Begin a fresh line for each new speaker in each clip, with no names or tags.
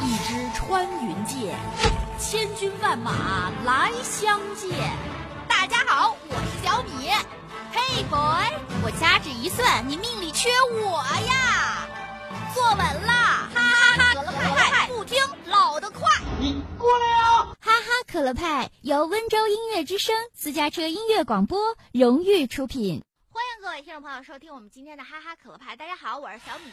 一支穿云箭，千军万马来相见。
大家好，我是小米。Hey boy，我掐指一算，你命里缺我呀！坐稳啦，哈哈哈！可乐派不听老的快，
你过来啊！
哈哈可乐派由温州音乐之声私家车音乐广播荣誉出品。
欢迎各位听众朋友收听我们今天的哈哈可乐派。大家好，我是小米。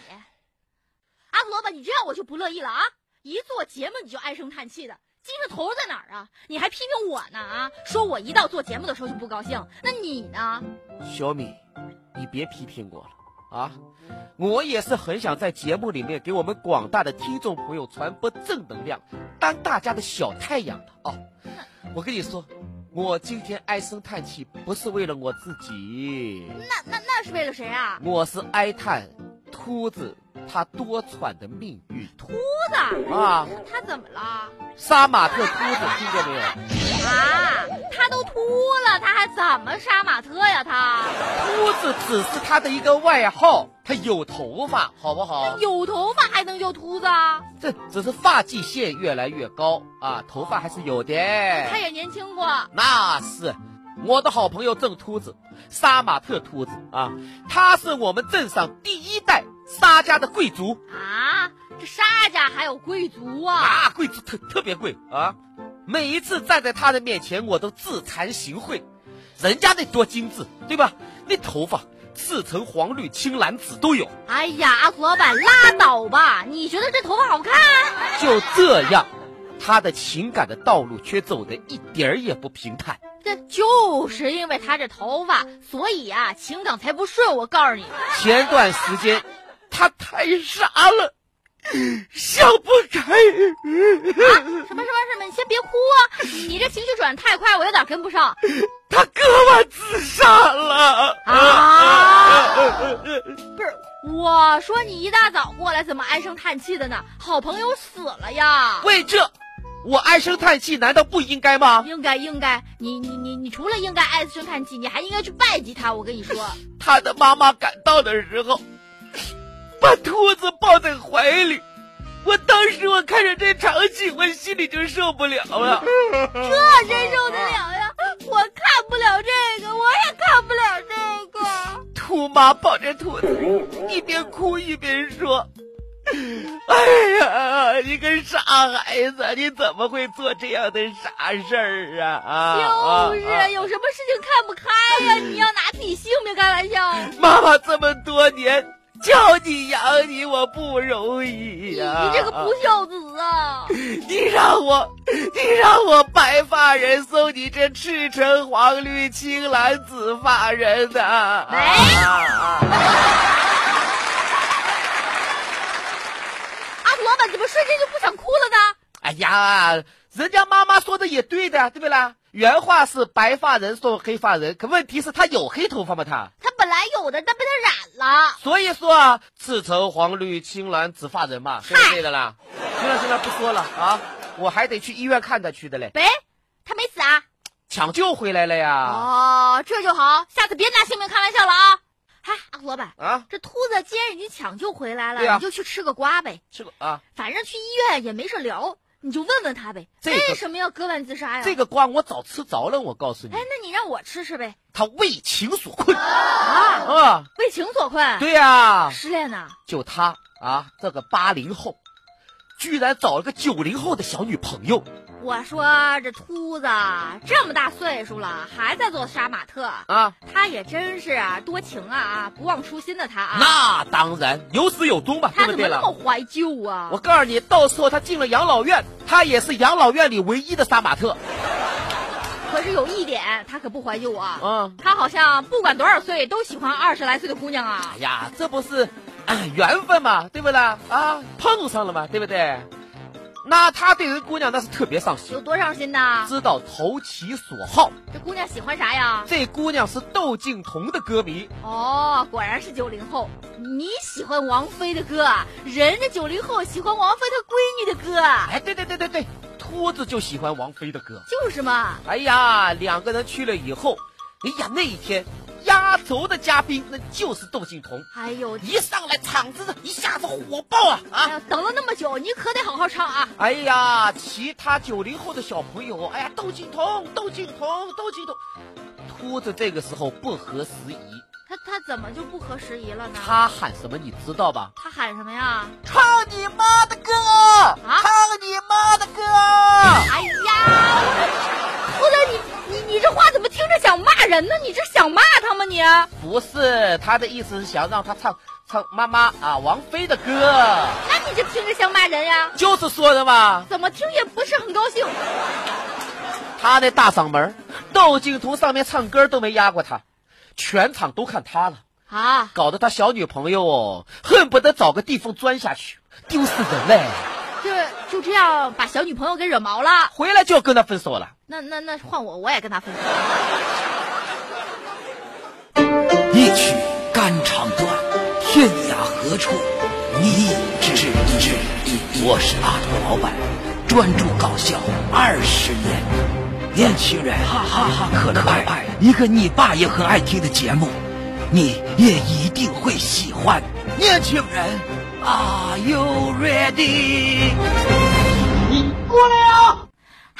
啊，萝卜，你这样我就不乐意了啊！一做节目你就唉声叹气的，精神头在哪儿啊？你还批评我呢啊？说我一到做节目的时候就不高兴，那你呢？
小米，你别批评我了啊！我也是很想在节目里面给我们广大的听众朋友传播正能量，当大家的小太阳的啊！我跟你说，我今天唉声叹气不是为了我自己，
那那那是为了谁啊？
我是哀叹秃子他多舛的命运
秃子，
啊！
他怎么了？
杀马特秃子听过没有？
啊，他都秃了，他还怎么杀马特呀？他
秃子只是他的一个外号，他有头发，好不好？
有头发还能叫秃子啊？
这只是发际线越来越高啊，头发还是有的。
他也年轻过，啊
那是我的好朋友郑秃子，杀马特秃子啊，他是我们镇上第一代沙家的贵族
啊，这沙家还有贵族啊！
啊，贵族特特别贵啊。每一次站在他的面前，我都自惭形秽。人家那多精致，对吧？那头发赤橙黄绿青蓝紫都有。
哎呀，阿老板拉倒吧！你觉得这头发好看？
就这样，他的情感的道路却走的一点儿也不平坦。
这就是因为他这头发，所以啊，情感才不顺。我告诉你，
前段时间，他太傻了，想不开。
什么什么什么，你先别哭啊！你这情绪转得太快，我有点跟不上。
他割腕自杀了。
啊！不是，我说你一大早过来怎么唉声叹气的呢？好朋友死了呀！
为这，我唉声叹气，难道不应该吗？
应该应该，你你你你除了应该唉声叹气，你还应该去拜祭他。我跟你说，
他的妈妈赶到的时候，把兔子抱在怀里。我当时我看着这场景，我心里就受不了了。
这谁受得了呀？我看不了这个，我也看不了这个。
兔妈抱着兔子，一边哭一边说：“哎呀，你个傻孩子，你怎么会做这样的傻事儿啊？”啊
就是、
啊
有什么事情看不开呀、你要拿自己性命开玩笑？
妈妈这么多年教你养你，我不容易
你
呀、
你这个不孝子啊！
你让我，你让我白发人送你这赤橙黄绿青蓝紫发人呐、啊
啊，老板怎么瞬间就不想哭了呢？
哎呀，人家妈妈说的也对的，对不啦？原话是白发人送黑发人，可问题是他有黑头发吗？他，
他本来有的，但被他染了。
所以说啊，赤橙黄绿青蓝紫发人嘛，对不对的啦？行了行了，不说了啊，我还得去医院看他去的嘞，
喂，他没死啊？
抢救回来了呀！
哦，这就好，下次别拿性命开玩笑了啊！嗨，阿老板，
啊，
这秃子既然已经抢救回来了，
对啊
你就去吃个瓜呗，
这个啊，
反正去医院也没事聊，你就问问他呗，
这个
为什么要割腕自杀哎呀？
这个瓜我早吃着了，我告诉你
哎，，那你让我吃吃呗。
他为情所困
啊，
啊！
为情所困，
对啊呀、
失恋呐？
就他啊，这个八零后，居然找了个九零后的小女朋友。
我说这秃子这么大岁数了，还在做杀马特，
啊，
他也真是啊多情啊啊，不忘初心的他啊，
那当然有始有终吧，对
他
不
怎
对
么那
了
么？怀旧啊？
我告诉你，到时候他进了养老院，他也是养老院里唯一的杀马特。
可是有一点，他可不怀旧啊。
嗯，
他好像不管多少岁都喜欢二十来岁的姑娘啊
哎。呀，这不是、啊缘分嘛，对不啦？啊，碰上了嘛，对不对？那他对人姑娘那是特别上心，
有多上心呐？
知道投其所好。
这姑娘喜欢啥呀？
这姑娘是窦靖童的歌迷，
哦，果然是九零后。你喜欢王菲的歌，人家九零后喜欢王菲她闺女的歌，
哎，对对对对对，秃子就喜欢王菲的歌。
就是嘛。
哎呀，两个人去了以后，哎呀，那一天压轴的嘉宾那就是窦靖童，
哎呦，
一上来场子一下子火爆啊啊！
哎呀，等了那么久，你可得好好唱啊！
哎呀，其他九零后的小朋友，哎呀，窦靖童，窦靖童，窦靖童，秃子这个时候不合时宜，
他他怎么就不合时宜了呢？
他喊什么你知道吧？
他喊什么呀？
唱你妈的歌，啊唱你妈的歌！啊
哎呀，我的你你你这话怎么听着想骂人呢？你这想骂他吗你？啊那
不是，他的意思是想让他唱唱妈妈啊王菲的歌，
你这听着像骂人呀？
就是说的嘛。
怎么听也不是很高兴。
他那大嗓门儿，窦靖童上面唱歌都没压过他，全场都看他了。
啊，
搞得他小女朋友哦，恨不得找个地缝钻下去，丢死人嘞！
这就这样把小女朋友给惹毛了。
回来就要跟他分手了。
那那那换我，我也跟他分手。
一曲肝肠断，天涯何处觅知音？我是阿拓老板，专注搞笑二十年，年轻人哈哈哈可爱，一个你爸也很爱听的节目，你也一定会喜欢。年轻人，Are you ready？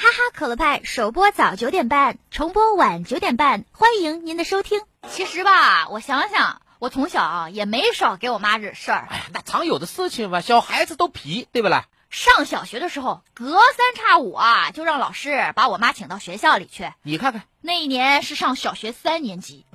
哈哈可乐派首播早九点半，重播晚九点半，欢迎您的收听。
其实吧，我想想，我从小啊也没少给我妈惹事儿。
哎呀，那常有的事情嘛，小孩子都皮，对不啦？
上小学的时候，隔三差五啊，就让老师把我妈请到学校里去。
你看看
那一年是上小学三年级，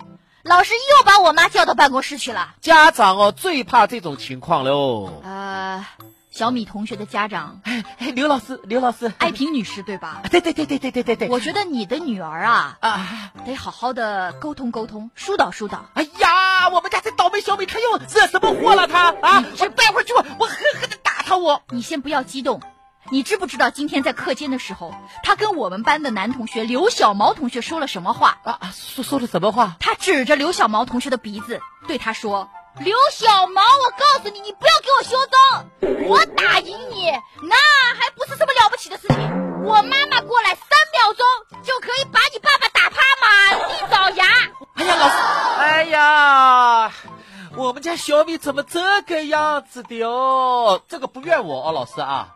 老师又把我妈叫到办公室去了。
家长哦，最怕这种情况哦喽。
呃，小米同学的家长
哎， 刘老师，刘老师，
艾萍女士对吧？
哎对对对对对对对对，
我觉得你的女儿啊，
啊，
得好好的沟通沟通，疏导疏导。
哎呀，我们家这倒霉小米他又惹什么祸了？他啊，我待会儿去，我狠狠的打他哦我。
你先不要激动，你知不知道今天在课间的时候，他跟我们班的男同学刘小毛同学说了什么话？
啊啊，说说了什么话？
他指着刘小毛同学的鼻子对他说：“刘小毛，我告诉你，你不要给我嚣张，我打赢你，那还不是什么了不起的事情。我妈妈过来三秒钟就可以把你爸爸打趴满地找牙。
哎呀，老师，哎呀，我们家小米怎么这个样子的哦？这个不怨我哦，老师啊，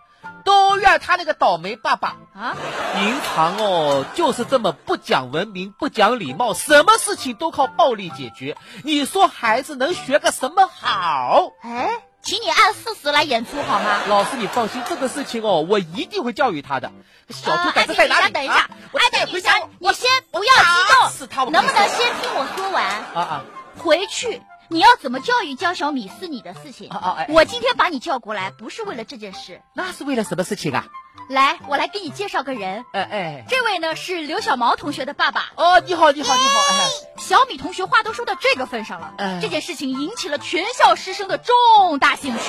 都怨他那个倒霉爸爸。”
啊，
平常哦，就是这么不讲文明、不讲礼貌，什么事情都靠暴力解决。你说孩子能学个什么好？
哎，请你按事实来演出好吗？
老师，你放心，这个事情哦，我一定会教育他的。小兔崽子
呃
在哪里？
等一下
啊，我
艾
带
比女
回
士
家。，
你先不要
打
激
死他！
动，
我
能不能先听我说完？
啊啊
回去你要怎么教育江小米是你的事情
啊。啊！哎，
我今天把你叫过来，不是为了这件事。
那是为了什么事情啊？
来，我来给你介绍个人，
哎哎，
这位呢是刘小毛同学的爸爸。
哦，你好，你好，你好，哎。
小米同学话都说到这个份上了，
哎
这件事情引起了全校师生的重大兴趣。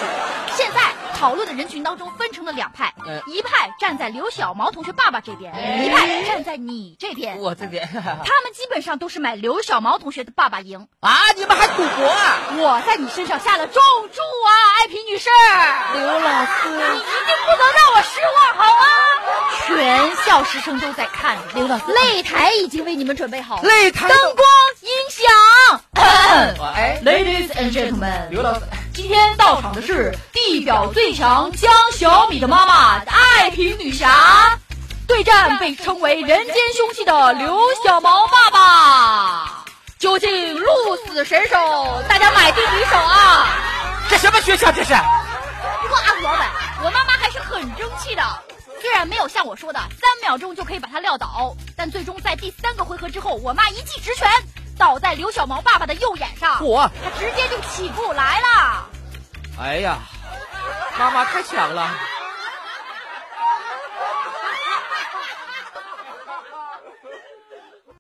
现在讨论的人群当中分成了两派，
哎
一派站在刘小毛同学爸爸这边，一派站在你这边。
哎我这边 啊，
他们基本上都是买刘小毛同学的爸爸赢。
你们还赌博啊？
我在你身上下了重注啊，艾萍女士，
刘老
你
师，
一定不能让我失望，好吗？全校师生都在看，
刘老师
擂台已经为你们准备好了，
擂台
灯光、音响。
哎，
Ladies and gentlemen，
刘老师，
今天到场的是地表最强江小米的妈妈爱萍女侠，对战被称为人间凶器的刘小毛爸爸，究竟鹿死谁手？大家买定离手啊！
这什么学校这是？
不过阿虎老板，我妈妈还是很争气的。虽然没有像我说的三秒钟就可以把他撂倒，但最终在第三个回合之后，我妈一记直拳倒在刘小毛爸爸的右眼上，
我，
他直接就起不来了。
哎呀，妈妈太强了。